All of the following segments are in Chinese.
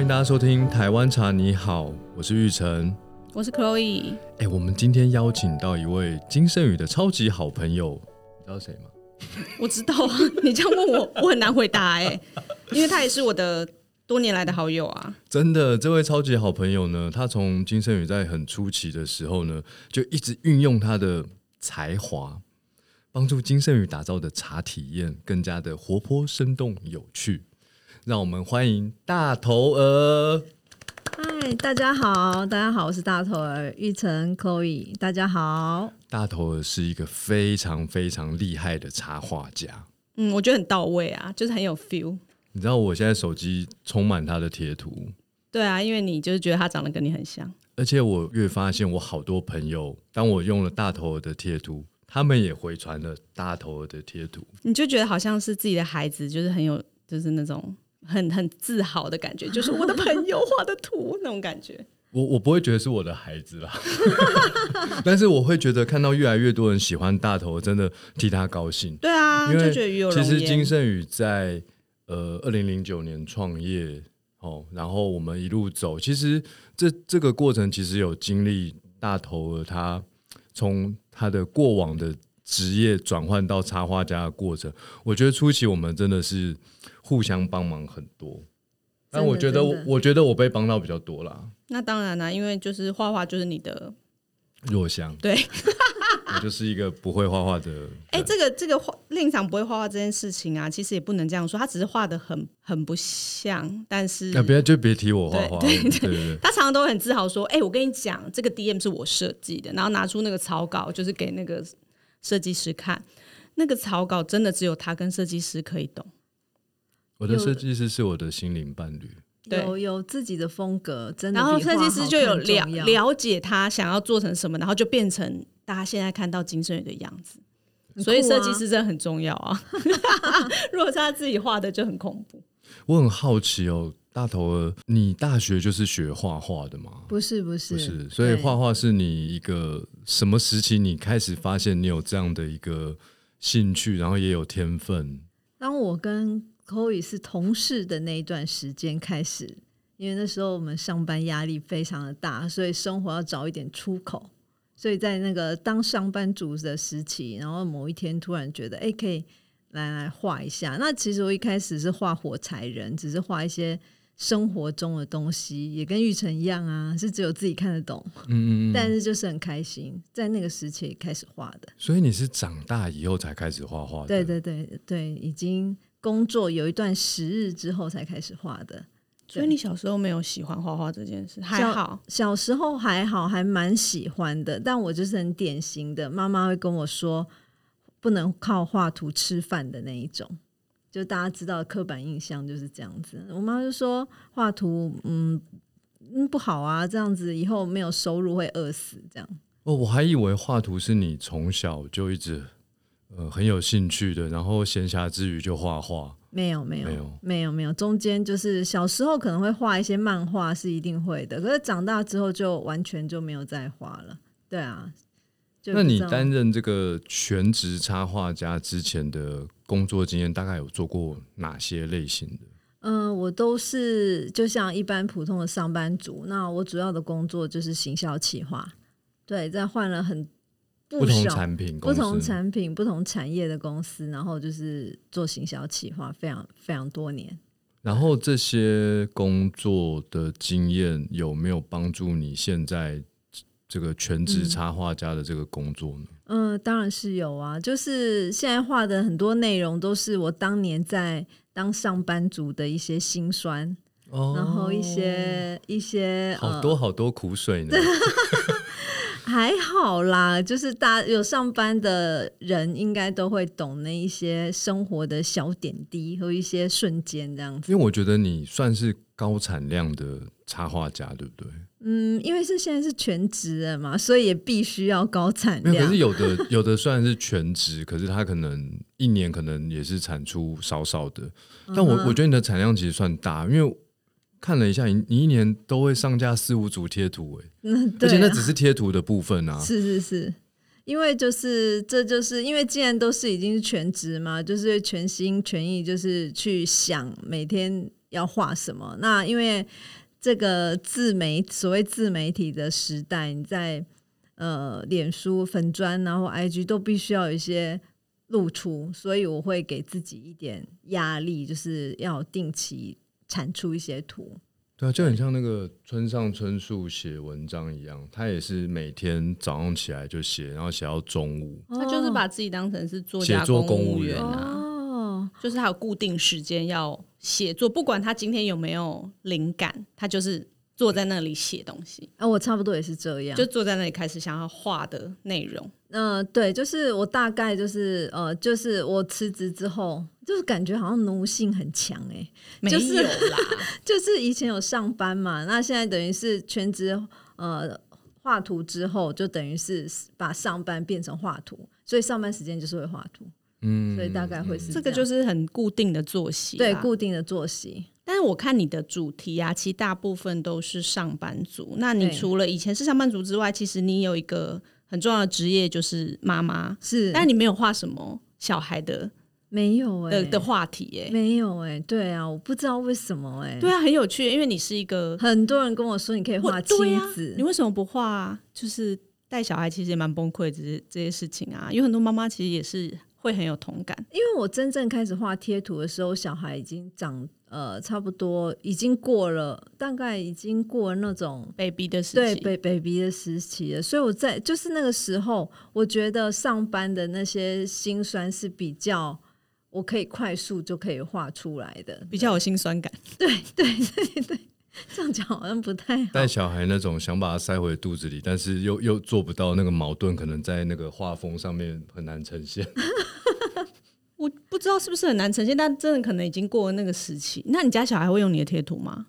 迎大家收听《台湾茶你好》，我是玉成。我是 Chloe，哎、我们今天邀请到一位金圣宇的超级好朋友，你知道谁吗？我知道啊， 你这样问我，我很难回答哎、 因为他也是我的多年来的好友啊。真的，这位超级好朋友呢，他从金圣宇在很初期的时候呢，就一直运用他的才华，帮助金圣宇打造的茶体验更加的活泼、生动、有趣。让我们欢迎大头鹅。嗨，大家好，大家好，我是大头儿玉成 Chloe，大家好。大头鹅是一个非常非常厉害的插画家。嗯，我觉得很到位啊，就是很有 feel。你知道我现在手机充满他的贴图，对啊，因为你就是觉得他长得跟你很像，而且我越发现我好多朋友，当我用了大头鹅的贴图，他们也回传了大头鹅的贴图。你就觉得好像是自己的孩子，就是很有，就是那种很很自豪的感 觉，就是我的朋友画的图那种感觉。我我不会觉得是我的孩子啦， 但是我会觉得看到越来越多人喜欢大头鹅，真的替他高兴。对啊，因为就觉得鱼有其容实金颜。圣宇在呃二零零九年创业哦，然后我们一路走，其实这这个过程其实有经历大头儿他从他的过往的职业转换到插画家的过程，我觉得初期我们真的是互相帮忙很多。但真的我觉得我真，的我觉得我被帮到比较多啦。那当然啦、啊因为就是画画就是你的，若香，对，我就是一个不会画画的人。 哎、这个这个画令长不会画画这件事情啊，其实也不能这样说，他只是画的很很不像，但是那哎啊别就别提我画画，对对对。他常常都很自豪说：“哎、我跟你讲，这个 DM 是我设计的。”然后拿出那个草稿，就是给那个设计师看。那个草稿真的只有他跟设计师可以懂。我的设计师是我的心灵伴侣。对有有自己的风格，真的然比画后好设看重计要。师就有了了解他想要做成什么，然后就变成大家现在看到金圣宇的样子。很酷啊所以设计师真的很重要啊！ 如果是他自己画的，就很恐怖。我很好奇哦，大头儿，你大学就是学画画的吗？不是不是不是，所以对画画是你一个什么时期你开始发现你有这样的一个兴趣，然后也有天分？当我跟 Chloe 是同事的那一段时间开始，因为那时候我们上班压力非常的大，所以生活要找一点出口。所以在那个当上班族的时期，然后某一天突然觉得，哎、可以来来画一下。那其实我一开始是画火柴人，只是画一些生活中的东西，也跟玉成一样啊，是只有自己看得懂，嗯嗯嗯。但是就是很开心，在那个时期开始画的。所以你是长大以后才开始画画的？对。对对对，已经工作有一段时日之后才开始画的。所以你小时候没有喜欢画画这件事，还小好。小时候还好，还蛮喜欢的，但我就是很典型的，妈妈会跟我说，不能靠画图吃饭的那一种。就大家知道的刻板印象就是这样子，我妈就说画图，嗯嗯不好啊，这样子以后没有收入会饿死这样。哦，我还以为画图是你从小就一直呃很有兴趣的，然后闲暇之余就画画。没有没有没有没有没有，中间就是小时候可能会画一些漫画是一定会的，可是长大之后就完全就没有再画了。对啊，就那你不知道担任这个全职插画家之前的工作经验，大概有做过哪些类型的？嗯、我都是就像一般普通的上班族，那我主要的工作就是行销企划，对，在换了很不不同少产品公不司，同产品、不同产业的公司，然后就是做行销企划，非常非常多年。然后这些工作的经验有没有帮助你现在这个全职插画家的这个工作呢？嗯，当然是有啊，就是现在画的很多内容都是我当年在当上班族的一些辛酸，哦然后一些一些好多呃、好多苦水 呢。还好啦，就是大有上班的人应该都会懂那一些生活的小点滴和一些瞬间这样子。因为我觉得你算是高产量的插画家，对不对？嗯，因为是现在是全职了嘛，所以也必须要高产没有，可量是。有的 有的虽然是全职，可是他可能一年可能也是产出少少嗯的。但我、我觉得你的产量其实算大，因为看了一下，你你一年都会上架四五组贴图、欸，嗯，而对且啊那只是贴图的部分啊。是是是，因为就是这就是因为既然都是已经是全职嘛，就是全心全意就是去想每天要画什么。那因为这个自媒所谓自媒体的时代，你在呃脸书粉砖然后 IG 都必须要有一些露出，所以我会给自己一点压力，就是要定期产出一些图。对啊，就很像那个村上春树写文章一样，他也是每天早上起来就写，然后写到中午。他就是把自己当成是作写家作公公务务员员啊，哦，就是他有固定时间要写作，不管他今天有没有灵感，他就是坐在那里写东西，啊，我差不多也是这样，就坐在那里开始想要画的内容。嗯、对，就是我大概就是呃，就是我辞职之后，就是感觉好像奴性很强哎、没就是有啦， 就是以前有上班嘛，那现在等于是全职呃画图之后，就等于是把上班变成画图，所以上班时间就是会画图，嗯，所以大概会是这个样就是啊很固定的作息啦。对固定的作息。但是我看你的主题啊，其实大部分都是上班族。那你对除了以前是上班族之外，其实你有一个很重要的职业就是妈妈，是，但你没有画什么小孩的没有哎、的的话题耶、没有哎、对啊，我不知道为什么哎、对啊，很有趣，因为你是一个很多人跟我说你可以我画亲对呀，啊子你，为什么不画、啊？就是带小孩其实也蛮崩溃，这些这些事情啊，有很多妈妈其实也是会很有同感。因为我真正开始画贴图的时候，小孩已经长呃差不多已经过了，大概已经过了那种 baby 的事对情，北 baby 的时期了，所以我在就是那个时候，我觉得上班的那些辛酸是比较我可以快速就可以画出来的，比较有心酸感。这样讲好像不太好带。小孩那种想把他塞回肚子里，但是又又做不到，那个矛盾可能在那个画风上面很难呈现。我不知道是不是很难呈现，但真的可能已经过了那个时期。那你家小孩会用你的贴图吗？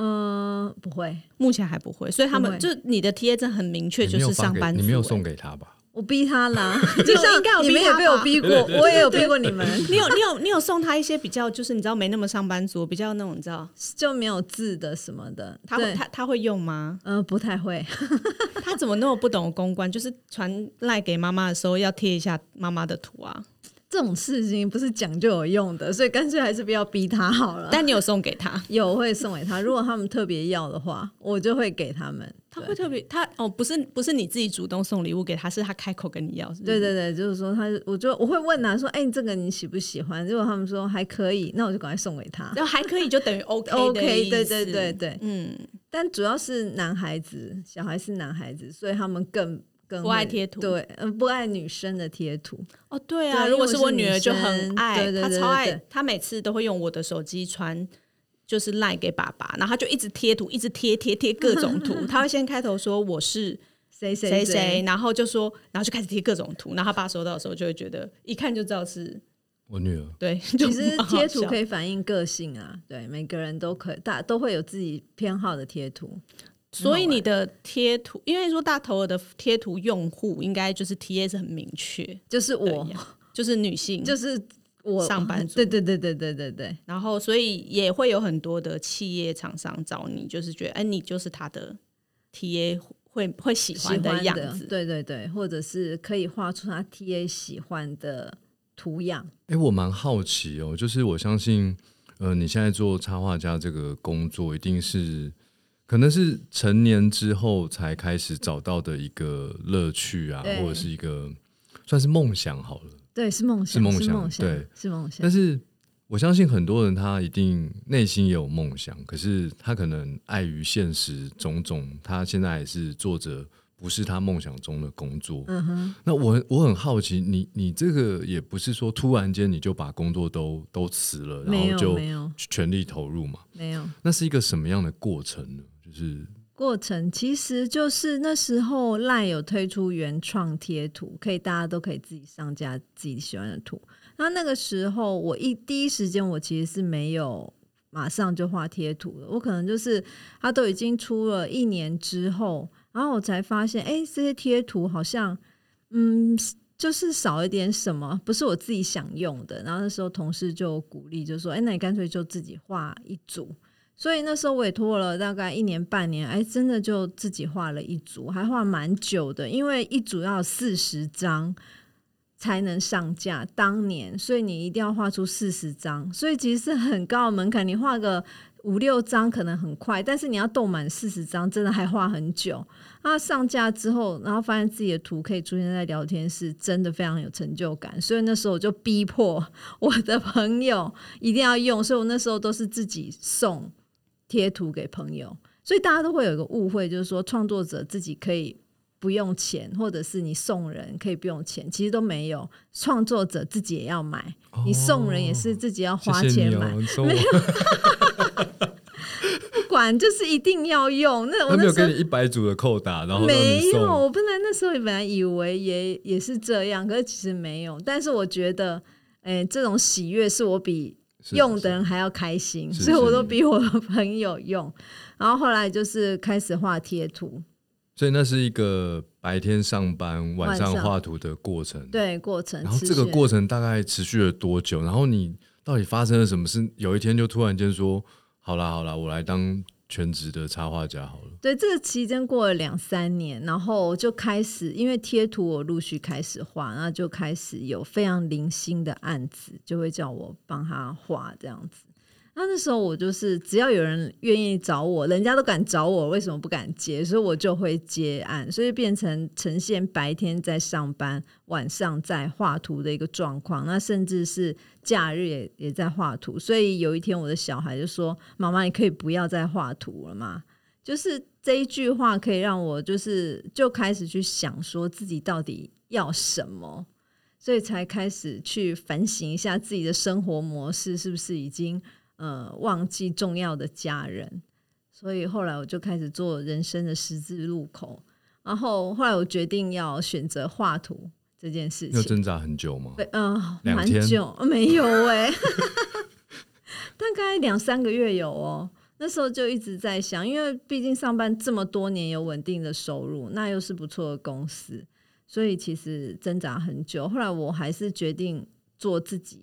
嗯、不会，目前还不会，所以他不会们就是你的贴真的很明确，你就没有是发上给班族、你没有欸送给他吧？我逼他 啦，你就有像应该有你们逼也他被我吧 逼过，我也有逼过你们，你有你有你有送他一些比较，就是你知道没那么上班族，比较那种你知道，就没有字的什么的，他对会他他会用吗？嗯、不太会。他怎么那么不懂公关？就是传赖给妈妈的时候要贴一下妈妈的图啊。这种事情不是讲就有用的，所以干脆还是不要逼他好了。但你有送给他，有会送给他，如果他们特别要的话，我就会给他们。他会特别他哦，不是不是你自己主动送礼物给他，是他开口跟你要，是不对是对对，就是说他，我就我会问他、说：“哎、这个你喜不喜欢？”如果他们说还可以，那我就赶快送给他。然后还可以就等于 OK 的 OK，对意思对对，对。嗯，但主要是男孩子，小孩是男孩子，所以他们更更不爱会贴图对，嗯，不爱女生的贴图。哦对对啊，因为如果我是是我女女儿就很生爱对对，她对超对爱对，她每次都会用我的手机传。就是赖给爸爸，然后他就一直贴图，一直贴贴贴各种 图。他会先开头说我是谁谁谁谁，然后就说，然后就开始贴各种图。然后他爸收到的时候就会觉得，一看就知道是我女儿， 对。其实贴图可以，以反映个性啊，对，每个人都可大都会有自己偏好的贴图。所以你的贴图，因为说大头儿的贴图用户应该就是 T A 是很明确，就是我，就是女性， 就是我上班族对对对对对对对，然后所以也会有很多的企业厂商找你，就是觉得哎，你就是他的 T A 会会喜喜欢的样的子。对对对，或者是可以画出他 TA 喜欢的图样。哎、我蛮好奇哦，就是我相信，呃，你现在做插画家这个工作，一定是可能是成年之后才开始找到的一个乐趣啊，对或者是一个算是梦想好了。对，是梦想，是梦想想，对，是梦想但。是我相信很多人他一定内心也有梦想，可是他可能碍于现实种种，他现在还是做着不是他梦想中的工作。嗯哼，那我我很好奇，你你这个也不是说突然间你就把工作都都辞了，然没后有就没有全力投入嘛？没有。那是一个什么样的过程呢？就是过程其实就是那时候赖有推出原创贴图，可以大家都可以自己上架自己喜欢的图。那那个时候我一第一时间我其实是没有马上就画贴图的，我可能就是它都已经出了一年之后，然后我才发现，哎、这些贴图好像嗯就是少一点什么，不是我自己想用的。然后那时候同事就鼓励，就说：“哎、那你干脆就自己画一组。”所以那时候我也拖了大概一年半年，哎，真的就自己画了一组，还画蛮久的，因为一组要四十张，才能上架。当年，所以你一定要画出四十张，所以其实是很高的门槛。你画个五六张可能很快，但是你要动满四十张，真的还画很久。那上架之后，然后发现自己的图可以出现在聊天室，真的非常有成就感。所以那时候我就逼迫我的朋友一定要用，所以我那时候都是自己送贴图给朋友。所以大家都会有一个误会，就是说创作者自己可以不用钱，或者是你送人可以不用钱，其实都没有。创作者自己也要买，你送人也是自己要花哦谢谢钱你买，哦，送我，不管就是一定要用。那我 他没那有时给候你一百组的扣打，然后让没你有，送。我本来那时候本来以为也也是这样，可是其实没有。但是我觉得，哎、这种喜悦是我比是用的人还要开心，是所以我是都比我的朋友用。然后后来就是开始画贴图，所以那是一个白天上班、晚上晚上画图的过程。。对过程。然后持这个续过程大概持续了多久？然后你到底发生了什么事？有一天就突然间说：“好啦好啦，我来当全职的插画家好了。对，这个期间过了两三年，然后就开始，因为贴图我陆续开始画，然后就开始有非常零星的案子，就会叫我帮他画这样子。那那时候我就是只要有人愿意找我，人家都敢找我，为什么不敢接？所以我就会接案，所以变成呈现白天在上班，晚上在画图的一个状况。那甚至是假日也也在画图。所以有一天我的小孩就说：“妈妈，你可以不要再画图了吗？”就是这一句话可以让我就是就开始去想说自己到底要什么，所以才开始去反省一下自己的生活模式是不是已经呃忘记重要的家人，所以后来我就开始做人生的十字路口，然后后来我决定要选择画图这件事”要情。挣扎很久吗？对，嗯、两蛮天久，呃没有哎、 大概两三个月有哦。那时候就一直在想，因为毕竟上班这么多年，有稳定的收入，那又是不错的公司，所以其实挣扎很久。后来我还是决定做自己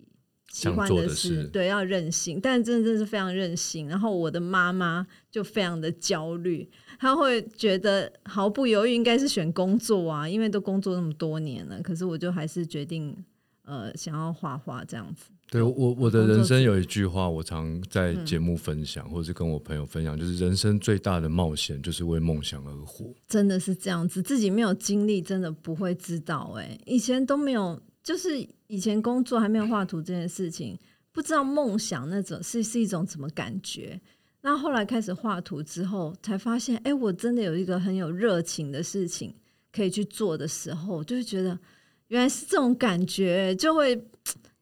喜欢想做的事，事对，要任性，但真的是非常任性。然后我的妈妈就非常的焦虑，她会觉得毫不犹豫应该是选工作啊，因为都工作那么多年了。可是我就还是决定呃，想要画画这样子。对我，我的工作嗯人生有一句话，我常在节目分享，或者是跟我朋友分享，就是人生最大的冒险就是为梦想而活。真的是这样子，自己没有经历，真的不会知道、欸。哎，以前都没有，就是以前工作还没有画图这件事情，不知道梦想那种是是一种什么感觉。那后来开始画图之后，才发现，哎、我真的有一个很有热情的事情可以去做的时候，就会觉得原来是这种感觉、就会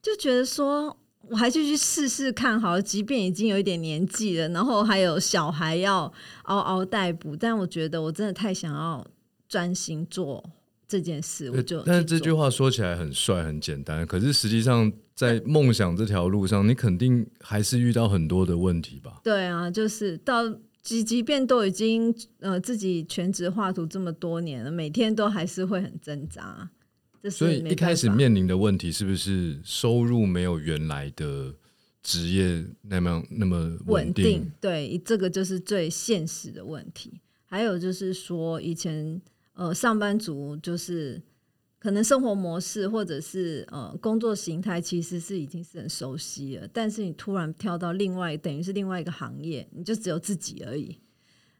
就觉得说，我还是去试试看好了，即便已经有一点年纪了，然后还有小孩要嗷嗷待哺，但我觉得我真的太想要专心做这件事，我就呃但是去这做句话说起来很帅很简单，可是实际上在梦想这条路上，你肯定还是遇到很多的问题吧？对啊，就是到即即便都已经呃自己全职画图这么多年了，每天都还是会很挣扎。这是所以没一开始办法面临的问题是不是收入没有原来的职业那么那么稳稳定？对，这个就是最现实的问题。还有就是说，以前呃上班族就是可能生活模式或者是呃工作形态其实是已经是很熟悉了，但是你突然跳到另外等于是另外一个行业，你就只有自己而已，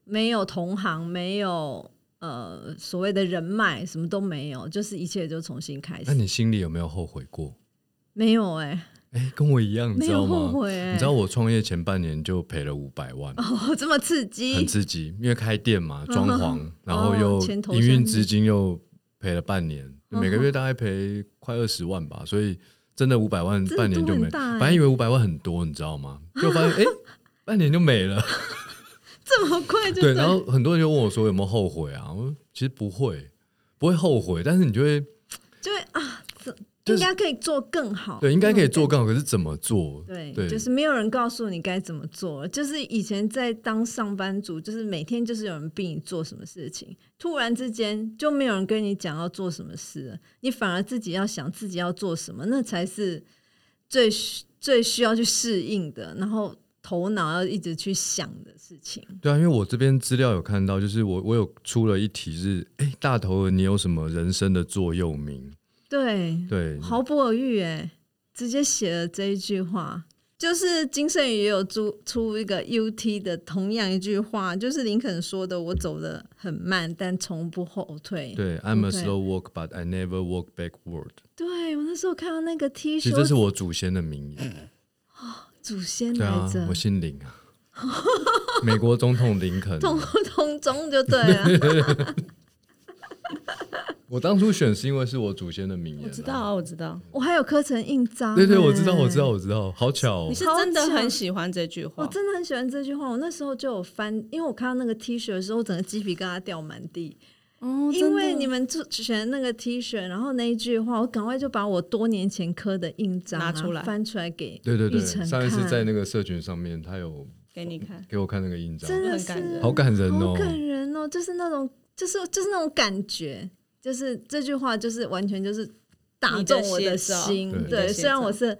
没有同行，没有呃所谓的人脉，什么都没有，就是一切就重新开那始。你心里有没有后悔过？没有哎、哎，跟我一样，你没知道有后吗？悔哎、你知道我创业前半年就赔了五百万， 哦嗯这么刺激，很刺激，因为开店嘛，装潢，然后又钱投营上运去资金又赔了半年，嗯每个月大概赔快二十万吧，所以真的五百万真的半年就都很没，大欸本来以为五百万很多，你知道 吗？就发现哎、诶半年就没了。这么快就 对，然后很多人就问我说有没有后悔啊？我说其实不会，不会后悔，但是你就会就会啊，这就应是该可以做更好。对，应该可以做更好，可是怎么做？哦对，对，就是没有人告诉你该怎么做。就是以前在当上班族，就是每天就是有人逼你做什么事情，突然之间就没有人跟你讲要做什么事了，你反而自己要想自己要做什么，那才是最需最需要去适应的，然后头脑要一直去想的事情。对啊，因为我这边资料有看到，就是我我有出了一题是，哎，大头儿，你有什么人生的座右铭？对，对，毫不偶遇哎，直接写了这一句话。就是金圣宇也有出出一个 UT 的同样一句话，就是林肯说的：“我走的很慢，但从不后退。对，I'm a 对 slow walk, but I never walk backward。对”我那时候看到那个 T 其实这是恤，我祖先的名言，祖先对啊来着，，我姓林啊，美国总统林 肯啊。同同宗就对 了。我当初选是因为是我祖先的名言，我知道。啊，我知道，我还有课程印章，对对，我知道，哎我知道，我知道，好巧、哦你，是真的好巧很喜欢这句我话，真的很喜欢这句话，我那时候就有翻，因为我看到那个 T 恤的时候，我整个鸡皮疙瘩掉满地。哦因为你们就选那个 T 恤，然后那一句话，我赶快就把我多年前刻的印章、啊、拿出来翻出来给对对对，玉成上一次看在那个社群上面，他有给你看，给我看那个印章，真的很是感人好感人好哦，感人哦，就是那种，就是就是那种感觉，就是这句话，就是完全就是打中我你的写照心对。你的对，写虽然照我是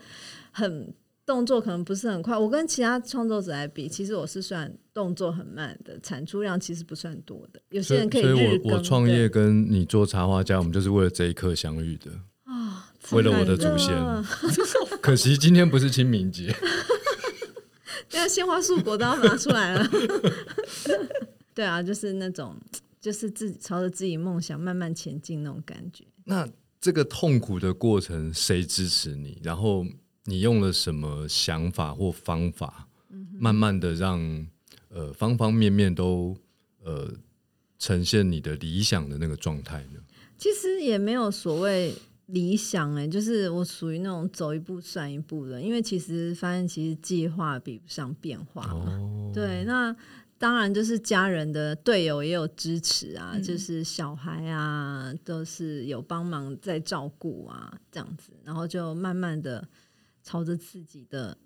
很动作可能不是很快，我跟其他创作者来比，其实我是算动作很慢的，产出量其实不算多的。有些所人以可所以日我我更创对业跟你做插画家，我们 就是为了这一刻相遇的， 啊，为了真我的祖真先。可惜今天不是清明节， 那啊鲜花素果都要拿出来了。 对啊，就是那种，就是自己朝着自己梦想慢慢前进那种感觉。那这个痛苦的过程谁支持你？然后你用了什么想法或方法，嗯慢慢的让呃方方面面都呃呈现你的理想的那个状态呢？其实也没有所谓理想哎、就是我属于那种走一步算一步的，因为其实发现其实计划比不上变化嘛。哦，对，那当然就是家人的队友也有支持啊，嗯就是小孩啊都是有帮忙在照顾啊，这样子，然后就慢慢的朝着自己的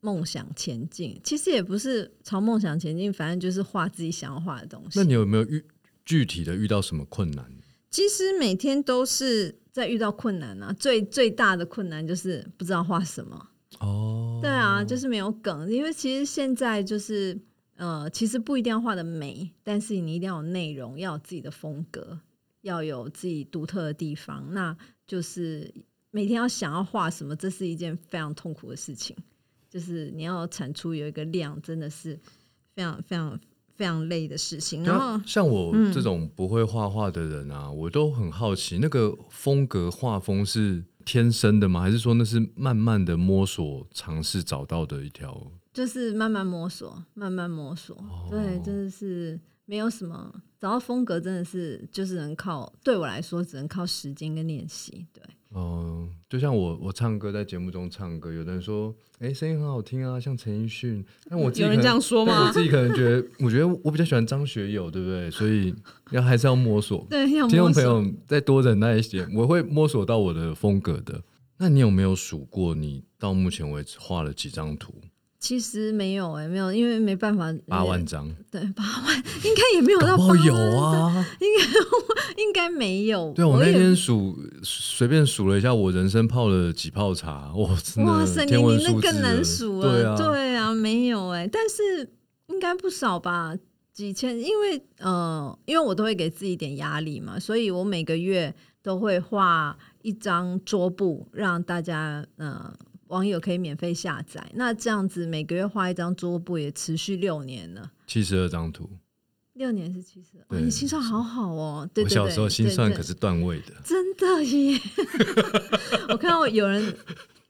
梦想前进。其实也不是朝梦想前进，反正就是画自己想要画的东那西。你有没有遇具体的遇到什么困难？其实每天都是在遇到困难啊，最最大的困难就是不知道画什么。哦，对啊，就是没有梗，因为其实现在就是呃，其实不一定要画的美，但是你一定要有内容，要有自己的风格，要有自己独特的地方。那就是每天要想要画什么，这是一件非常痛苦的事情。就是你要产出有一个量，真的是非常非常非常累的事情。对然啊后像我这种不会画画的人啊，我都很好奇，那个风格画风是天生的吗？还是说那是慢慢的摸索、尝试找到的一条？就是慢慢摸索，慢慢摸索。哦对，真的是没有什么找到风格，真的是就是能靠对我来说，只能靠时间跟练习。对，嗯、就像我我唱歌在节目中唱歌，有的人说，哎、声音很好听啊，像陈奕迅。但我自己有人可能这 样说但我吗？自己可能觉得，我觉得我比较喜欢张学友，对不对？所以要还是要摸索。对， 要摸索听众朋友再多忍耐一些，我会摸索到我的风格的。那你有没有数过你到目前为止画了几张图？其实没有哎、没有，因为没办法。八万张？对，八万应该也没有到八哦，万，有啊！应该 没有。对，啊我那也天数随便数了一下，我人生泡了几泡茶， 我真哇的塞，你天文你数那字更了难数对啊，啊，对啊，没有哎、但是应该不少吧，几千，因为呃，因为我都会给自己一点压力嘛，所以我每个月都会画一张桌布，让大家呃网友可以免费下载。那这样子每个月画一张桌布，也持续六年了。七十二张图。六年是七十，哇，对你心算好好哦！对我对对，小时候心对算对可是段位的，真的 耶！ 我看到有人，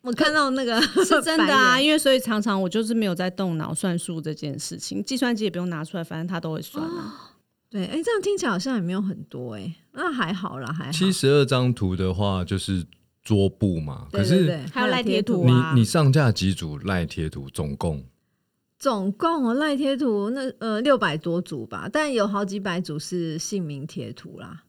我看到那个是真的啊， 白眼因为所以常常我就是没有在动脑算数这件事情，计算机也不用拿出来，反正它都会算啊。对，哎、这样听起来好像也没有很多哎、那还好啦，还好。七十二张图的话就是桌布嘛。对可对是对，还有赖贴图啊你哇你上架几组赖贴图，总共总共我赖贴图那呃六百多组吧，但有好几百组是姓名贴图啦，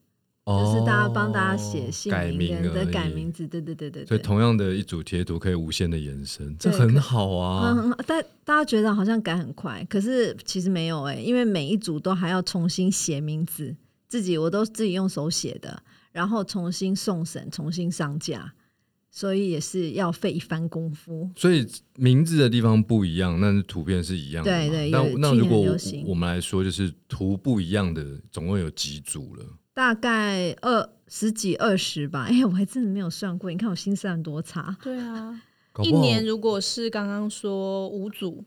就是大家帮大家写哦姓改名名跟而已对改名字，对对对对所以对。同样的一组贴图可以无限的延伸，这对可很好啊。嗯，但大家觉得好像改很快，可是其实没有哎、因为每一组都还要重新写名字，自己我都自己用手写的，然后重新送审，重新上架，所以也是要费一番功夫。 所以名字的地方不一样，但是图片是一样的嘛。对对有那那去年如果流行我们来说，就是图不一样的，总共有几组了？大概二十几二十吧。 哎、我还真的没有算过，你看我心算多差。对啊，搞一不好年如果是刚刚说五组，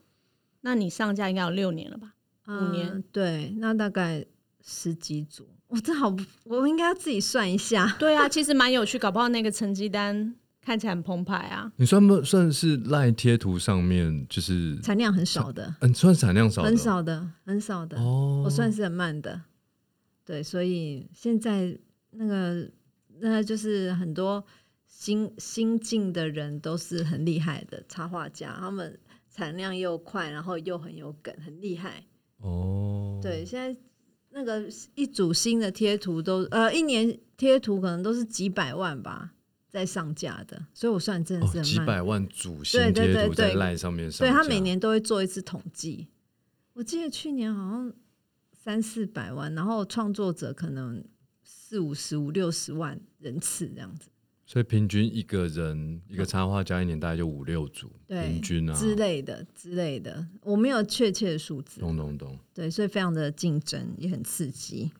那你上架应该有六年了吧？嗯年对，那大概十几组。我这好不，我应该要自己算一嗯下。对啊，其实蛮有趣，搞不好那个成绩单看起来很澎湃啊。你算不算是赖贴图上面就是产量很少的，嗯，算产量少的哦，很少的，很少的。哦。我算是很慢的，对，所以现在那个那就是很多新新进的人都是很厉害的插画家，他们产量又快，然后又很有梗，很厉害。哦，对，，现在那个一组新的贴图都呃一年贴图可能都是几百万吧，在上架的，所以我算真的是哦，几很慢。百万主新对对贴对图在对赖上面上对架，他每年都会做一次统计，我记得去年好像三四百万，然后创作者可能四五十、五六十万人次这样子，所以平均一个人一个插画家一年大概就五六组，对平均啊，之类的之类的，我没有确切的数字，懂懂懂。对，所以非常的竞争，也很刺激。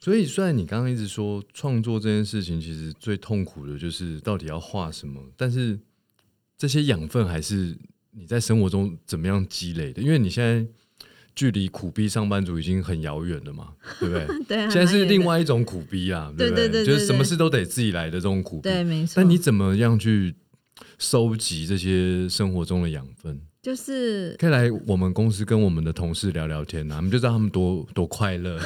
所以，虽然你刚刚一直说创作这件事情，其实最痛苦的就是到底要画什么，但是这些养分还是你在生活中怎么样积累的？因为你现在距离苦逼上班族已经很遥远了嘛，对不对？ 对，还现在蛮是远的另外一种苦逼啊，对不对对就是对什么对事都得自己来的这种苦逼。对，没错。但你怎么样去收集这些生活中的养分？就是可以来我们公司跟我们的同事聊聊天啊，我们就知道他们多多快 乐，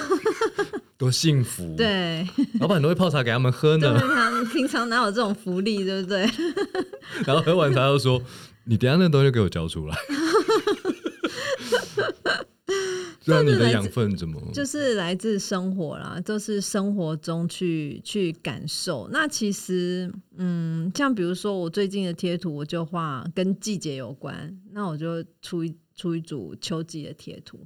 多幸福。，对，老板都会泡茶给他们喝对呢，啊，平常哪有这种福利，对不对？ 然后喝完茶又说：“你等一下那东西给我交 出来。”对啊，你的养分怎么？就是来自生活啦，都是生活中去去感受。那其实，嗯，像比如说我最近的贴图，我就画跟季节有关，那我就出一出一组秋季的贴图，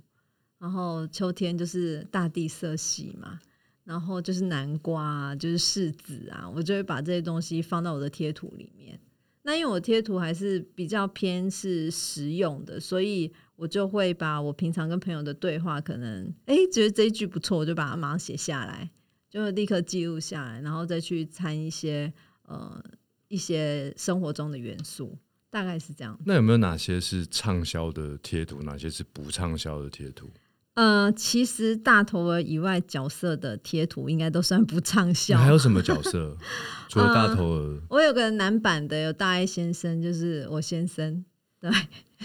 然后秋天就是大地色系嘛。然后就是南瓜啊，就是柿子啊，我就会把这些东西放到我的贴图里面。那因为我贴图还是比较偏是实用的，所以我就会把我平常跟朋友的对话，可能诶觉得这一句不错，我就把它马上写下来，就立刻记录下来，然后再去掺一些呃一些生活中的元素，大概是这样。那有没有哪些是畅销的贴图，哪些是不畅销的贴图？呃，其实大头儿以外角色的贴图应该都算不畅你销。还有什么角 色？除了大头儿，我有个男版的，有大爱先生，就是我先生，对。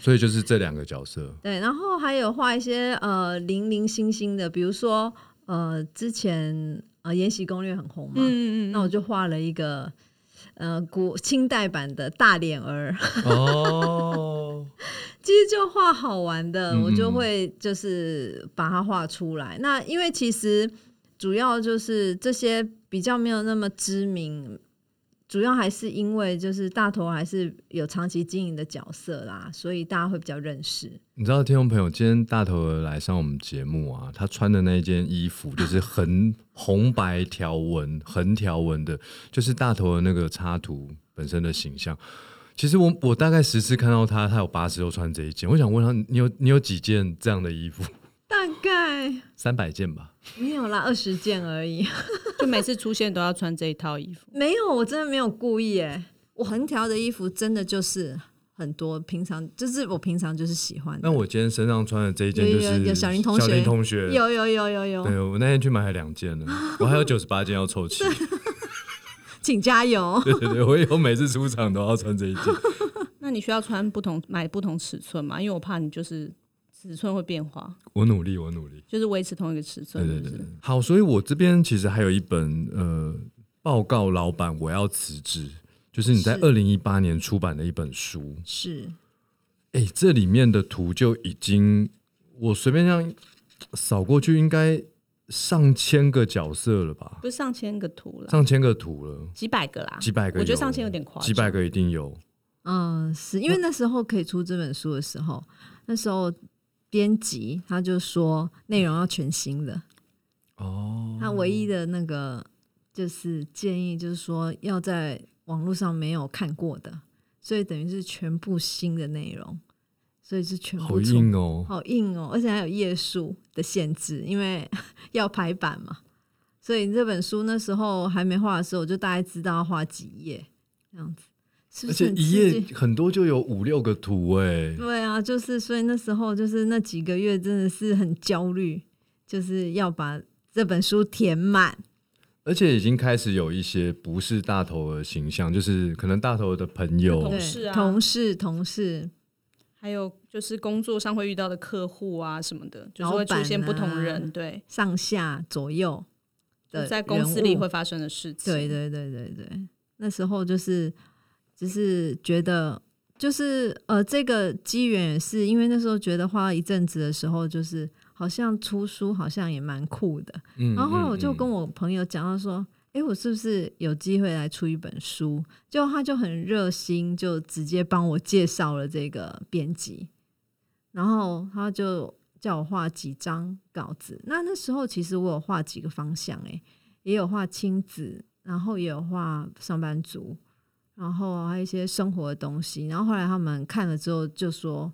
所以就是这两个角 色。对，然后还有画一些呃零零星星的，比如说呃之前呃《延禧攻略》很红嘛，嗯嗯嗯，那我就画了一个呃古清代版的大脸儿， 哦，其实就画好玩的，嗯我就会就是把它画出来。那因为其实主要就是这些比较没有那么知名，主要还是因为就是大头还是有长期经营的角色啦，所以大家会比较认识。你知道听众朋友，今天大头儿来上我们节目啊，他穿的那一件衣服就是横红白条纹、横条纹的，就是大头儿那个插图本身的形象。其实我我大概十次看到他，他有八次都穿这一件。我想问他，你有你有几件这样的衣服？ 大概三百件吧。没有啦，二十件而已。就每次出现都要穿这一套衣服。没有，我真的没有故意哎。我横条的衣服真的就是很多，平常就是我平常就是喜欢的。那我今天身上穿的这一件有就有是有小林同学小林同学有有有有有，对我那天去买了两件呢，我还有九十八件要凑齐。 请加油。对对对，我以后每次出场都要穿这一件。那你需要穿不同买不同尺寸嘛？因为我怕你就是尺寸会变化，我努力，我努力。就是维持同一个尺寸，对对是不对是对，好，所以我这边其实还有一本呃，报告老板我要辞职，就是你在是二零一八年出版的一本书。是，哎，这里面的图就已经我随便这样扫过去，应该上千个角色了吧？不是上千个图了，上千个图了，几百个啦，几百个，啊我觉得上千有点夸张，几百个一定有。嗯，是因为那时候可以出这本书的时候，那时候编辑他就说内容要全新的，哦，他唯一的那个就是建议，就是说要在网络上没有看过的，所以等于是全部新的内容，所以是全部好重硬哦， 好硬哦，而且还有页数的限制，因为要排版嘛。所以这本书那时候还没画的时候，我就大概知道要画几页这样子，是而不是且很一刺页激？很多就有五六个图哎，对啊，就是所以那时候就是那几个月真的是很焦虑，就是要把这本书填满。而且已经开始有一些不是大头的形象，就是可能大头的朋友同对，事啊同事，同事，还有就是工作上会遇到的客户啊什么的，就是老会出板现不同啊人，对，上下左右就的在公司人物里会发生的事情。对对对对对，那时候就是就是觉得就是呃，这个机缘也是因为那时候觉得花了一阵子的时候，就是好像出书好像也蛮酷的。嗯，然后后来我就嗯跟我朋友讲到说。诶，我是不是有机会来出一本书？结果他就很热心，就直接帮我介绍了这个编辑，然后他就叫我画几张稿子。那那时候其实我有画几个方向、诶。也有画亲子，然后也有画上班族，然后还有一些生活的东西。然后后来他们看了之后就说，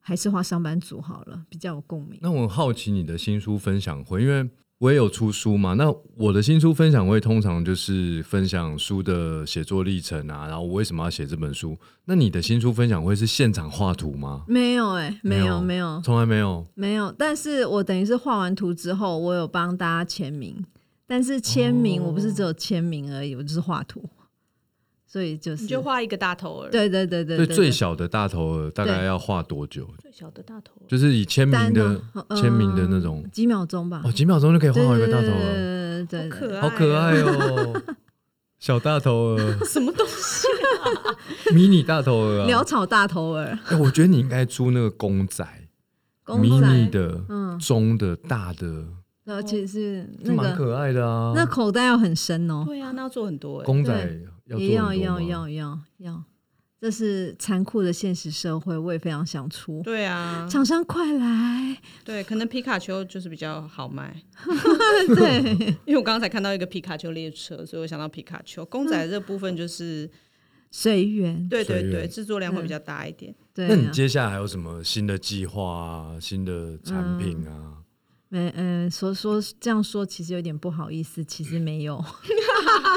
还是画上班族好了，比较有共鸣。那我很好奇你的新书分享会，因为我也有出书嘛。那我的新书分享会通常就是分享书的写作历程啊，然后我为什么要写这本书。那你的新书分享会是现场画图吗？没有哎、没有没没有从来没有。没有，但是我等于是画完图之后，我有帮大家签名，但是签名哦我不是只有签名而已，我就是画图，所以就是你就画一个大头儿，对对对对所以对最对小的大头儿大概要画多久？最小的大头儿，就是以签名单的呢呃签名的那种，几秒钟吧哦，，几秒钟就可以画对好一对个对大头啊对儿，对对对好可爱、啊好可爱，哦， 小大头儿， 什么东西？迷你大头 儿潦啊！草大头儿，哎，我觉得你应该出那个公仔，公迷仔你的，嗯中的、大的，而且是这那蛮个可爱的啊。那口袋要很深哦， 对啊，那要做很多、欸，公仔要做也要很多要吗要要要，这是残酷的现实社会，我也非常想出。 对啊，厂商快来！对，可能皮卡丘就是比较好卖， 对， 因为我刚刚才看到一个皮卡丘列车，所以我想到皮卡丘。公仔这部分就是，随缘。对对随对，缘制作量会比较大一点。对啊，那你接下来还有什么新的计划啊？新的产品啊？没嗯，说说这样说其实有点不好意思，其实没有。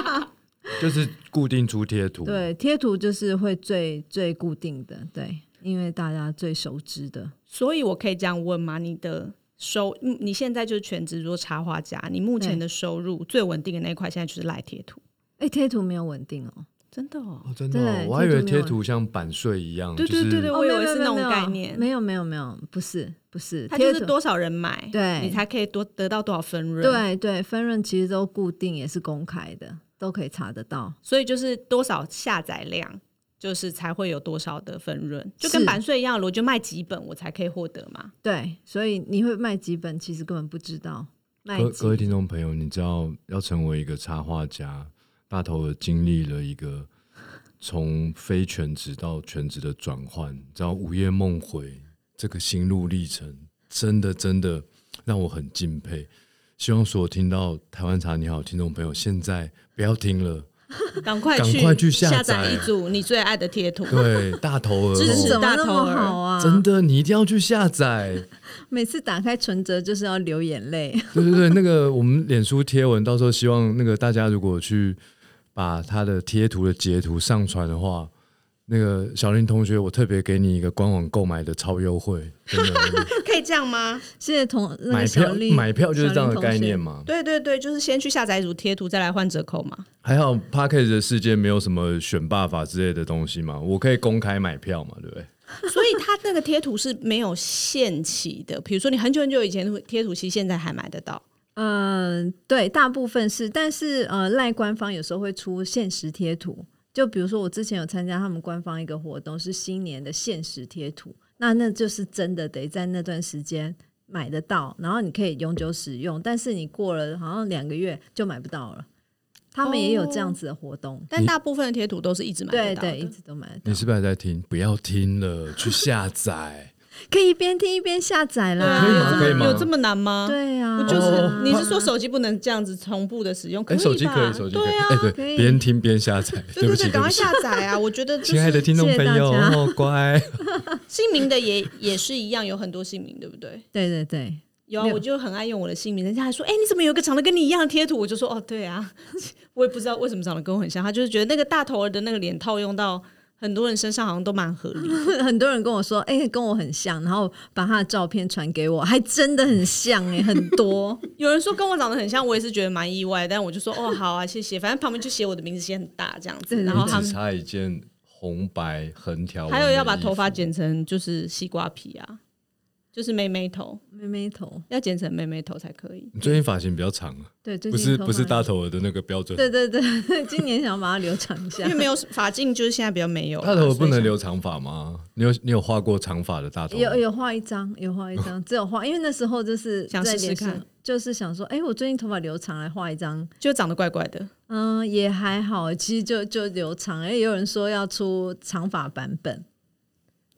嗯 就是固定出贴图。，对，贴图就是会最最固定的，对，因为大家最熟知的。所以我可以这样问吗？你的收，嗯你现在就是全职做插画家，你目前对的收入最稳定的那一块，现在就是赖贴图，哎，贴图没有稳定哦。真的哦。哦，真的哦、对我还以为贴贴图没图像版税一样，对对就是对对哦我以没有为是没那有没种有概念没有没有没有，不是不是，它就贴是图多少人买，对你才可以多得到多少分润。，对对，分润其实都固定，也是公开的，都可以查得到。所以就是多少下载量，就是才会有多少的分润，就跟是版税一样，我就卖几本我才可以获得 嘛。对，所以你会卖几本，其实根本不知道卖各几各位听众朋友，你知道要成为一个插画家，大头儿经历了一个从非全职到全职的转换，你知道午夜梦回这个心路历程，真的真的让我很敬佩。希望所有听到《台湾茶你好》听众朋友，现在不要听了，赶快赶快去下下载一组你最爱的贴 图，对大头儿、支持怎哦，么大那头么儿好啊？真，的你一定要去下载。每次打开存折就是要流眼泪。对对对，那个我们脸书贴文，到时候希望那个大家如果去把他的贴图的截图上传的话，那个小林同学，我特别给你一个官网购买的超优惠，真的可以这样吗？谢谢同那买个小票丽，买票就是小这样的丽同概学念。嘛。对对对，就是先去下载一组贴图，再来换折扣 嘛。还好 p a c k a g e 的世界没有什么选办法之类的东西嘛，我可以公开买票嘛，对不对？所以它那个贴图是没有限期的，比如说你很久很久以前的贴图，其实现在还买得到。嗯，对，大部分是，但是呃，赖官方有时候会出限时贴图，就比如说我之前有参加他们官方一个活动，是新年的限时贴图，那那就是真的得在那段时间买得到，然后你可以永久使用，但是你过了好像两个月就买不到了。他们也有这样子的活动，但大部分的贴图都是一直哦买对得到的。对，一直都买得你到，是不是还在听？不要听了，去下载。可以一边听一边下载啦。可以吗可以吗有这么难吗？，对啊呀、啊不就是、哦你是说手机不能这样子同步的使用？可哎，以吧？手机可以，手机可以。对啊，哎，可对，以边听边下载。对不对起，对，对赶不快起，下 载啊！我觉得、就是、亲爱的听众谢谢朋大友，家哦乖。姓名的也也是一样，有很多姓名，对不对？对对对，有啊，没有我就很爱用我的姓名，人家还说：“哎、你怎么有个长得跟你一样的贴图？”我就说：“哦，对啊，我也不知道为什么长得跟我很像。”他就是觉得那个大头儿的那个脸套用到很多人身上，好像都蛮合理的。 很多人跟我说，哎、跟我很像，然后把他的照片传给我，还真的很像哎、很 多。有人说跟我长得很像，我也是觉得蛮意外，但我就说：“哦，好啊，谢谢。”反正旁边就写我的名字，写很大这样子。对然后他你只们差一件红白横条纹的衣还服，有要把头发剪成就是西瓜皮啊，就是妹妹头，妹妹头，要剪成妹妹头才可以。你最近发型比较长啊，对，最不近是头发不是大，头儿的那个标准，对对对， 今年想把它留长一下因为。没有发镜，就是现在比较没有啦。大头儿不所以能想留长发吗？你有你有画过长发的大头儿吗？。有有画一张，有画一张，只有画，因为那时候就是想在试试脸上看，就是想说，哎、我最近头发留长，来画一张，就长得怪怪的。嗯，也还好，其实就就留长，哎、也有人说要出长发版本，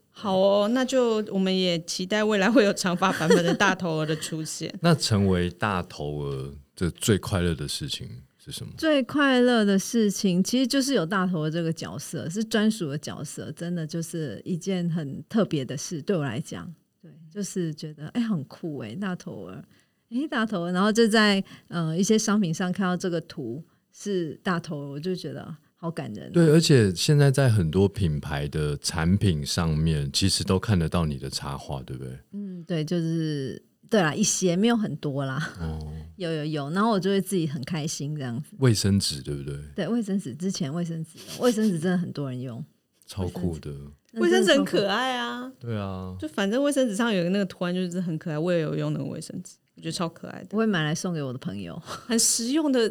好哦，那就我们也期待未来会有长发版本的大头儿的出现 那成为大头儿的最快乐的事情是什么？最快乐的事情，其实就是有大头的这个角色，是专属的角色，真的就是一件很特别的事。对我来讲，对，就是觉得哎、很酷哎、大头儿，哎、大头儿，然后就在呃一些商品上看到这个图是大头儿，我就觉得好感人。对，而且现在在很多品牌的产品上面，其实都看得到你的插画，对不对？嗯，对，就是对啦，一些没有很多啦，哦，有有有，然后我就会自己很开心这样子。卫生纸，对不对？对，卫生纸之前卫生纸有，卫生纸真的很多人用，超酷的，卫生纸很可爱。爱啊，对啊，就反正卫生纸上有那个图案，就是很可爱。我也有用那个卫生纸，我觉得超可爱的，我会买来送给我的朋友。很实用的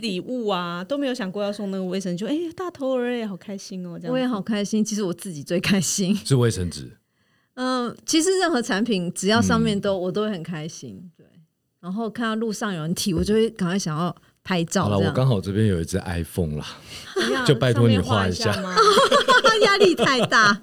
礼物啊， 都没有想过要送那个卫生纸，就哎、大头儿也好开心哦，这样我也好开心，其实我自己最开心。是卫生纸。嗯，其实任何产品只要上嗯面都、我都会很开心。对，然后看到路上有人提，我就会赶快想要拍好照了，这我样。刚好这边有一只 iPhone 啦，怎样就拜托你上面画画一下吗？ 压力太大。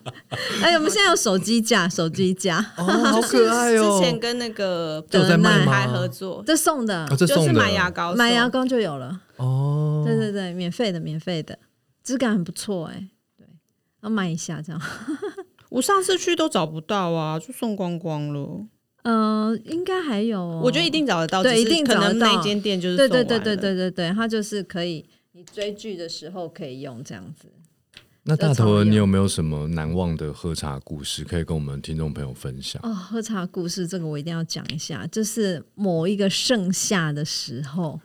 哎，我们现在有手机架，手机架哦，好可爱 之前哦！跟那个这有在卖品吗牌合作，这送的，哦，这就是送的买牙膏送，买牙膏就有了。哦，对对对，免费的，免费的，质感很不错哎、对，要买一下这样。我上次去都找不到啊，就送光光了。嗯，应该还有哦、我觉得一定找得到，对只是一定可找得能那到间店就是对对送对完对了对对对，它就是可以，你追剧的时候可以用这样子。那大这头超儿，有你有没有什么难忘的喝茶故事可以跟我们听众朋友分享？哦，喝茶故事这个我一定要讲一下，就是某一个盛夏的时候，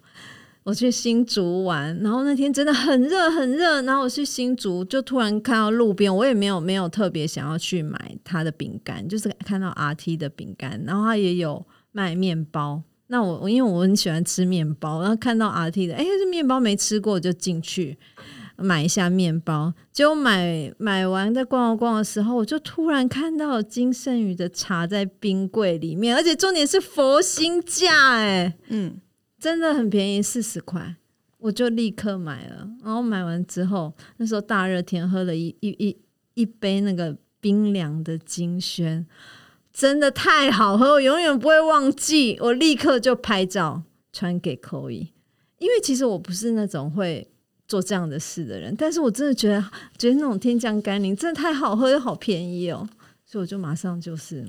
我去新竹玩，然后那天真的很热很热，然后我去新竹就突然看到路边，我也没有没有特别想要去买它的饼干，就是看到 RT 的饼干，然后它也有卖面包。那我我因为我很喜欢吃面包，然后看到 RT 的，哎、这面包没吃过，我就进去买一下面包。结果买买完在逛逛逛的时候，我就突然看到金圣宇的茶在冰柜里面，而且重点是佛心价、哎，嗯，真的很便宜，四十块。我就立刻买了，然后买完之后，那时候大热天喝了一一一一杯那个冰凉的金萱，真的太好喝，我永远不会忘记。我立刻就拍照传给扣一，因为其实我不是那种会做这样的事的人，但是我真的觉得觉得那种天降甘霖真的太好喝又好便宜哦，所以我就马上就是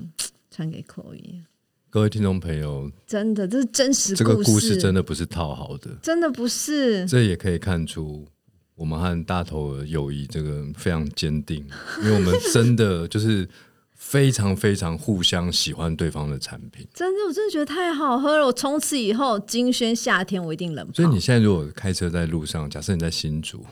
传给扣一。各位听众朋友，真的，这是真实这个故事事，真的不是套好的，真的不是。这也可以看出我们和大头儿友谊这个非常坚 定，因为我们真的 就是非常非常互相喜欢对方的产品。真的，我真的觉得太好喝了。我从此以后，金萱夏天我一定冷泡，所以你现在如果开车在路上，假设你在新竹，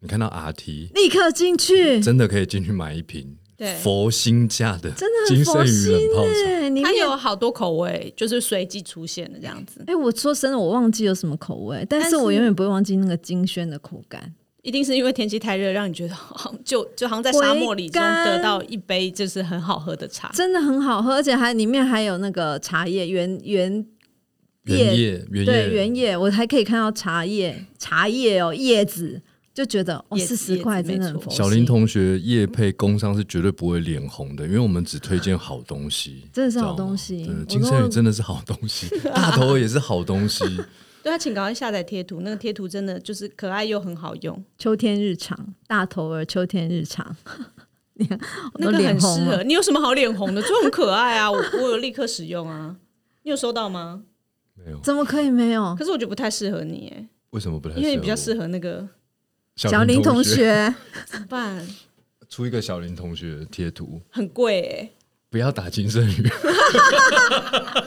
你看到 RT，立刻进去，真的可以进去买一瓶对佛心价的真的金很圣佛宇心冷泡茶，哎、你它没有好多口味，就是随机出现的这样子哎、，我说真的，我忘记有什么口味，但但是是我永远不会忘记那个金萱的口感。一定是因为天气太热，让你觉得好像就就好像在沙漠里中回甘得到一杯就是很好喝的茶。真的很好喝，而且还里面还有那个茶叶原原原叶原对叶原叶，我还可以看到茶叶茶叶哦叶子，就觉得哦叶子四十块叶子真的很没佛错心。小林同学业配工商是绝对不会脸红的，因为我们只推荐好东西， 真的知是道吗好东西真的我啊金圣宇都真的是好东西，大头儿也是好东西。 对啊，请赶快下载贴图，那个贴图真的就是可爱又很好用，秋天日常大头儿秋天日常， 你看我那都个哦脸很适红了合。。你有什么好脸红的？就很可爱啊，我我有立刻使用啊。你有收到吗？没有，怎么可以没有？可是我觉得不太适合你，哎，为什么不太？因为你比较适合合那个我小林同学，学，怎么办？ 出一个小林同学的贴图，很贵哎，不要打金圣 宇，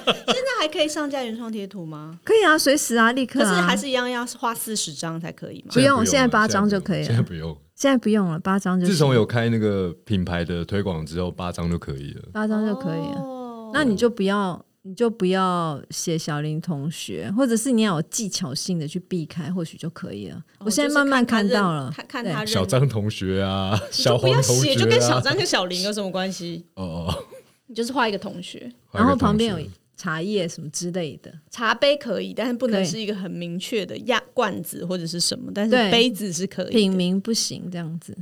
现在还可以上架原创贴图吗？可以啊，随时啊，立刻、可啊。是还是一样要画四十张才可以吗？不用了现在八张就可以了现在不用。现在不用了，八张就自行从有开那个品牌的推广之后，八张就可以了。八张就可以了。哦那你就不要，你就不要写小林同学，或者是你要有技巧性的去避开，或许就可以了。哦我现在慢慢看到了，就是看他认看看他认对小张同学啊，你小就不黄要同学写，啊，就跟小张跟小林有什么关系？哦哦，你 就是画一个同学，然后旁边还有一有个同学茶叶什么之类的，茶杯可以，但是不能可以是一个很明确的压罐子或者是什么，但是对杯子是可以品的。名不行这样子，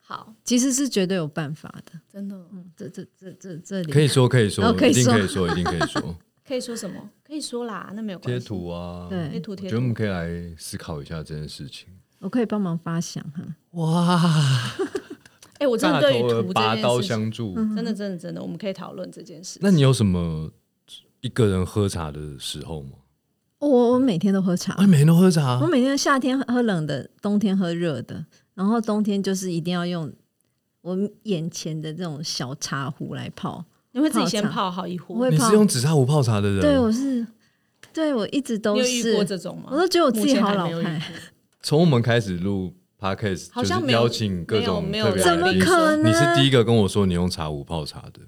好，其实是绝对有办法的。真的嗯，这这这这这里可以说可以说，哦可以一定说可以说，一定可以 说可以说什么？可以说啦，那没有关贴系。图啊。贴对，图我贴觉得我图们可以来思考一下这件事情。我可以帮忙发想哈。哇，哎、我真大的对于头图儿拔这刀件事情，相助。真嗯的真的真的，我们可以讨论这件事。那你有什么一个人喝茶的时候吗？我我每天都喝茶，啊，每天都喝茶我，每天夏天喝冷的，冬天喝热的，然后冬天就是一定要用我眼前的这种小茶壶来泡。你会自己泡先茶泡好一我壶？会你泡是，用紫砂壶泡茶的人？对我是，对我一直你都有遇是过，这种吗？我都觉得我自目己前好还老没有遇派， 过从我们开始录 podcast，好像就没是有邀请各种没有没特有别怎来么宾，可能？你是第一个跟我说你用茶壶泡茶的，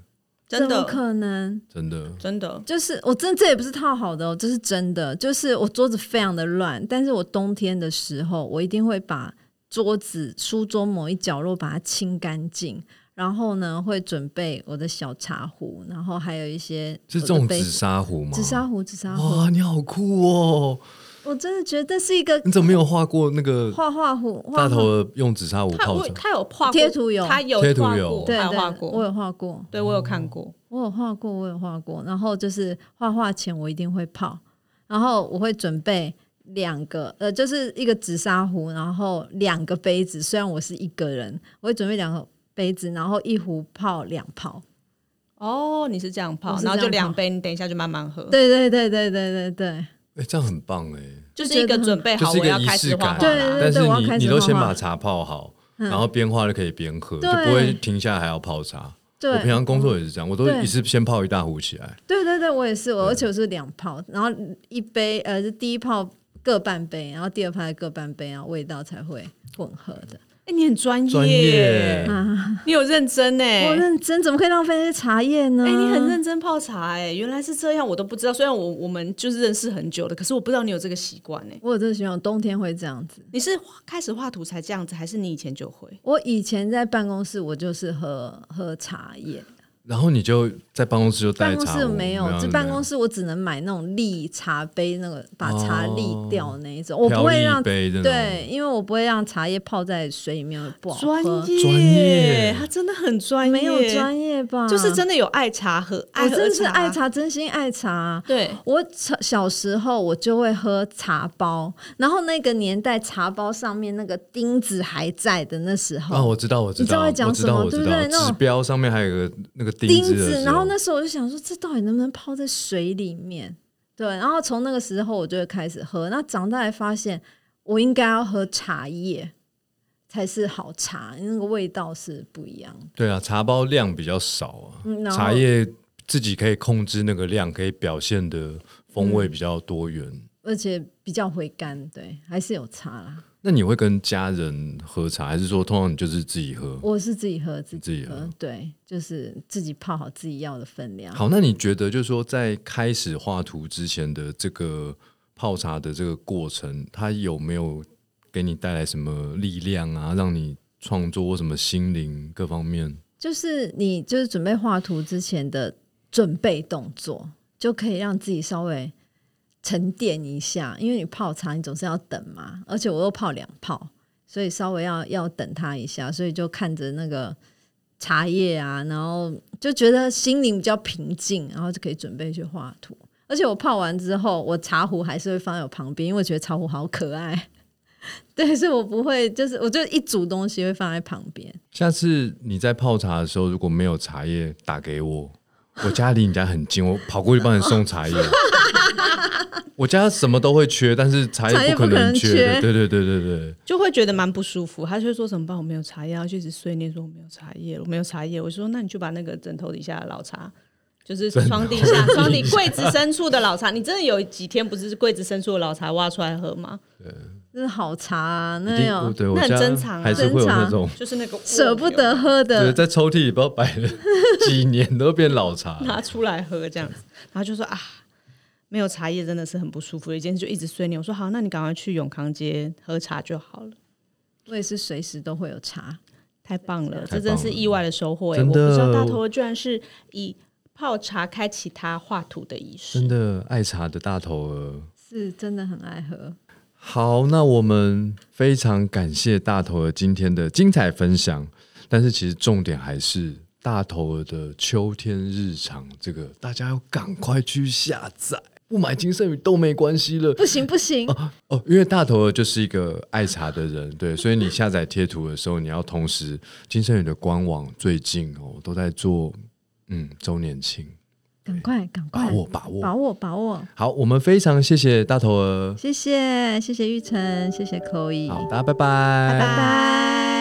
真怎么的可能？真的。真的。就是我真这也不是套好的、哦，这是真的。就是我桌子非常的乱，但是我冬天的时候，我一定会把桌子书桌某一角落把它清干净，然后呢会准备我的小茶壶，然后还有一些是这我的种杯紫子砂壶吗？紫砂壶，紫砂壶。哇，你好酷哦！我真的觉得这是一个你怎么没有画过那个画画壶，画大画头儿用紫砂壶他泡我茶？他有画过贴图有他有贴图画有嗯过，对他有对画我过，有画过，对我有看过。我有画过，我有画过。然后就是画画前我一定会泡，然后我会准备两个，呃，就是一个紫砂壶，然后两个杯子。虽然我是一个人，我会准备两个杯子，然后一壶泡两泡。哦，你是这样泡我，是然后这就样两泡杯，你等一下就慢慢喝，对对对对对对对，哎，这样很棒哎，就是一个准备就哎好是一我个要仪开式始画感。啊画对对啦对但是我要你开始你都先画画把茶泡好，嗯然后边画就可以边喝，就对不会停下来还要泡茶。对。嗯我平常工作也是这样，我都对一次先泡一大壶起来。对对对，我也是，我而且我是两泡，然后一杯呃是第一泡各半杯，然后第二泡各半杯，然后味道才会混合的。哎，你很专专业 业，，嗯你有认真呢。我认真，怎么可以浪费那些茶叶呢？哎、你很认真泡茶哎、原来是这样，我都不知道。虽然我我们就是认识很久了，可是我不知道你有这个习惯哎。我有这个习惯，冬天会这样子。你是开始画图才这样子，还是你以前就会？我以前在办公室，我就是喝喝茶叶，然后你就在办公室就带办茶公壶，室没有，这办公室室我只能买那种沥茶杯，那个把茶沥掉那一种，我漂不会一让哦杯这种对，因为我不会让茶叶泡在水里面会不好喝，业，专业他真的很专业，没有专业吧？就是真的有爱茶和爱我喝真的是茶爱。茶，哦真心爱茶。啊对，我小小时候我就会喝茶包，然后那个年代茶包上面那个钉子还在的那时候，啊，我知道，我知你知道道，在讲我知什道，么我对知不道对那种指标上面还有个那个钉子的时候，然后那时候我就想说，这到底能不能泡在水里面？对，然后从那个时候我就会开始喝。那长大才发现，我应该要喝茶叶才是好茶，那个味道是不一样的。对啊，茶包量比较少啊，嗯然后茶叶自己可以控制那个量，可以表现的风嗯味比较多元。而且比较回甘，对，还是有差啦。那你会跟家人喝茶，还是说通常你就是自己喝？我是自己喝，自自己喝喝，对，就是自己泡好自己要的分量。好，那你觉得就是说，在开始画图之前的这个泡茶的这个过程，它有没有给你带来什么力量啊？让你创作或什么心灵各方面？就是你就是准备画图之前的准备动作，就可以让自己稍微沉淀一下，因为你泡茶你总是要等嘛，而且我又泡两泡，所以稍微要要等它一下，所以就看着那个茶叶啊，然后就觉得心灵比较平静，然后就可以准备去画图。而且我泡完之后，我茶壶还是会放在我旁边，因为我觉得茶壶好可爱。对，所以我不会，就是我就一组东西会放在旁边。下次你在泡茶的时候，如果没有茶叶，打给我，我家离你家很近，我跑过去帮你送茶 叶。我家什么都会缺，但是茶茶叶叶不可可能能缺缺的。对对对对对，就会觉得蛮不舒服。他就会说怎么办？我没有茶叶，他就一直碎念说我没有茶叶，我没有茶叶。我就说那你就把那个枕头底下的老茶，就是床底下、床底柜子深处的老茶，你真的有几天不是柜子深处的老茶挖出来喝吗？这是好茶啊，一那定哦有对我哎那很家珍藏啊还是会有那种就是那个舍不得喝对，的，在抽屉里不知道摆 了几年都变老茶了。拿出来喝这样子，然后就说啊。没有茶叶真的是很不舒服，有一件事就一直碎念。我说好，那你赶快去永康街喝茶就好了。我也是随时都会有茶。太棒了，太这真棒是了意外的收获、欸。真我不的知道大头儿居然是以泡茶开启他画图的仪式真。的爱茶的大头儿。是真的很爱喝，好，那我们非常感谢大头儿今天的精彩分享，但是其实重点还是大头儿的秋天日常，这个大家要赶快去下载，不买金圣宇都没关系了。不行不行，哦，因为大头儿就是一个爱茶的人，对，所以你下载贴图的时候，你要同时金圣宇的官网最近哦都在做嗯周年庆，赶快赶快把握嗯把握。把握把握，好，我们非常谢谢大头儿，谢谢谢谢玉成，谢谢 Chloe，好，大家拜拜拜拜。